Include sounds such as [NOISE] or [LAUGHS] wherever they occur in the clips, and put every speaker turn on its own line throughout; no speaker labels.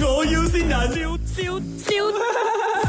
要先人，笑笑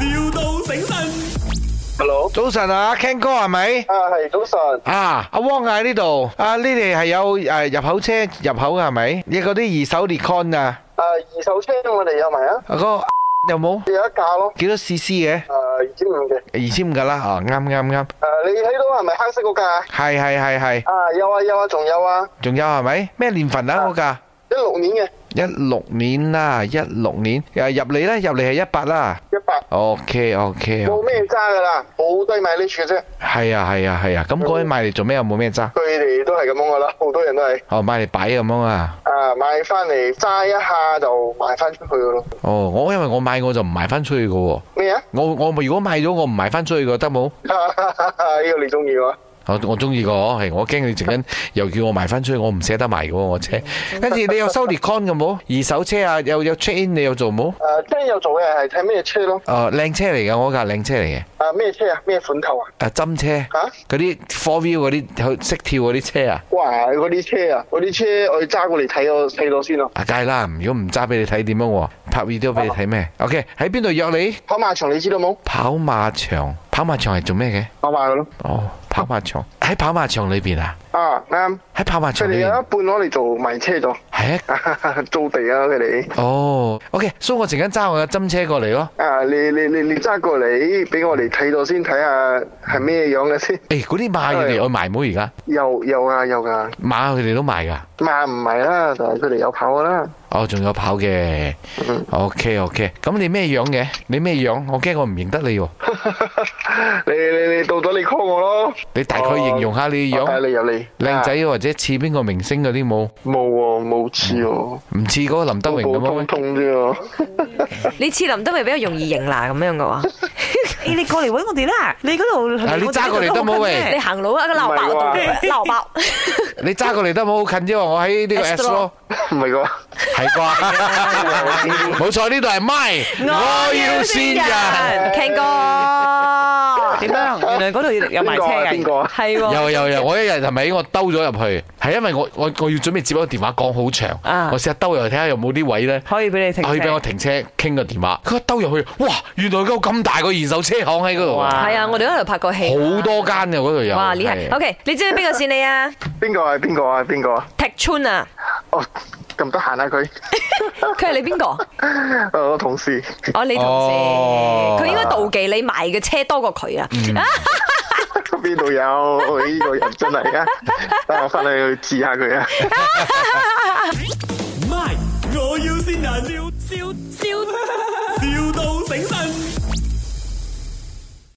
笑，,笑到醒神。
Hello，
早晨啊，Ken 哥係咪？
啊係早晨，
啊，阿汪嗌呢度，啊呢哋係有誒入口車入口嘅係咪？你嗰啲二手 Recon 啊，
啊二手車我哋有埋啊，
嗰個 [LAUGHS] 有冇
有一架咯，
幾多 CC 嘅？
啊二千五嘅，
二千五㗎啦，啊啱啱啱，
啊你睇到係咪黑色嗰架啊？
係係係係，
啊有啊有啊，仲有啊，
仲有係咪？咩年份啊
啊
嗰架？
一六年嘅
一六年啦，一六年，誒入嚟咧，入嚟係一百啦。
一百，
OK OK，
冇咩揸噶啦，好低買呢處啫，
係啊係啊係啊，咁嗰啲買嚟做咩？有冇咩揸？
佢哋都係咁樣噶啦，好多人都係
哦，買嚟擺咁樣啊。
啊買翻嚟揸一下就賣翻出去噶咯，
哦，我因為我買我就唔賣翻出去嘅喎。
咩啊？ [LAUGHS]
我我如果買咗我唔賣翻出去嘅得冇？
呢個你中意喎，
我我中意個，係我驚你陣間又叫我賣翻出去，我唔捨得賣嘅喎我車。跟住你有收 recon 嘅冇？二手車啊，有有 check in 你有做冇？
啊真係有做嘅係睇咩車咯，
誒、靚車嚟嘅，我架靚車嚟嘅，誒、
啊咩車啊咩款頭啊？
針車
嚇、
嗰啲 아, four wheel 嗰啲識跳嗰啲車啊，
哇！嗰啲車啊，嗰啲車我要揸過嚟睇我睇咗先啊！
啊梗係啦，如果唔揸俾你睇點樣喎？拍 뭐 video 俾你睇咩？OK 喺邊度約你？
跑馬場你知道冇？
跑馬場，跑馬場係做咩嘅？
跑馬嘅咯。
哦，跑馬場喺跑馬場裏邊啊，
啊啱，
喺跑馬
佢
場
哋
裏
有一
邊
半攞嚟做賣車咗，
係啊。
[LAUGHS] 租地啊佢哋。
哦，OK，所以我陣間揸我嘅針車過嚟咯。
啊你你你你揸過嚟俾我嚟睇咗先，睇下係咩樣嘅先。 [LAUGHS]
誒，嗰啲馬佢哋有賣冇而家？
有有啊有噶，
馬佢哋都賣噶。
嘛唔係啦，但係佢哋有跑㗎啦。 [LAUGHS]
哦，仲有跑嘅。OK
嗯
OK，咁你咩樣嘅？你咩樣？我驚我唔認得你喎。
你你你到咗你 call 我咯，
你大概形容下你
哦我帶
樣，
你入嚟。
靚仔
啊
或者似邊個明星嗰啲冇？
冇喎冇似喎，
唔似嗰個林嗯德榮
普
咁啊
普通
樣。
通啫喎。 [LAUGHS]
你似林德榮比較容易型啦咁樣嘅
[LAUGHS]
話，
你你過嚟揾我哋啦，你嗰度
啊你揸過嚟得冇喂
你行路啊個鬧爆度
唔係，
[LAUGHS]
鬧爆，
你揸過嚟得冇好近啫喎，我喺呢個 S
S
咯
咯，
唔係啩？
係 [LAUGHS] 啩？冇錯，呢度係咪？我要先人。
，Ken 哥，
點樣？原來嗰度有埋車
邊
嘅，
個啊邊個啊
係喎，
有有有，我一日係咪我兜咗入去？係因為我我我要準備接一個電話講好長，
啊
我試下兜入去睇下有冇啲位咧，
可以俾你停
可以俾我
車。
停車傾個電話。佢一兜入去，哇！原來有咁大個二手車行喺嗰度啊，
哇
係啊，我哋喺度拍過戲，
好多間嘅嗰度有。
哇，你係
係
，OK，你知唔知邊個線你啊？
邊個啊？邊個啊？邊個啊？
踢川啊，
哦，咁得閒啊佢， [LAUGHS]
佢係你邊個？
我同事。
哦，你同
哦
事，佢應該妒忌你賣嘅車多過佢啊，
[LAUGHS] 邊度有呢個人真係啊！等我翻去去治下佢啊！
咪，我要先人，笑笑笑， [LAUGHS]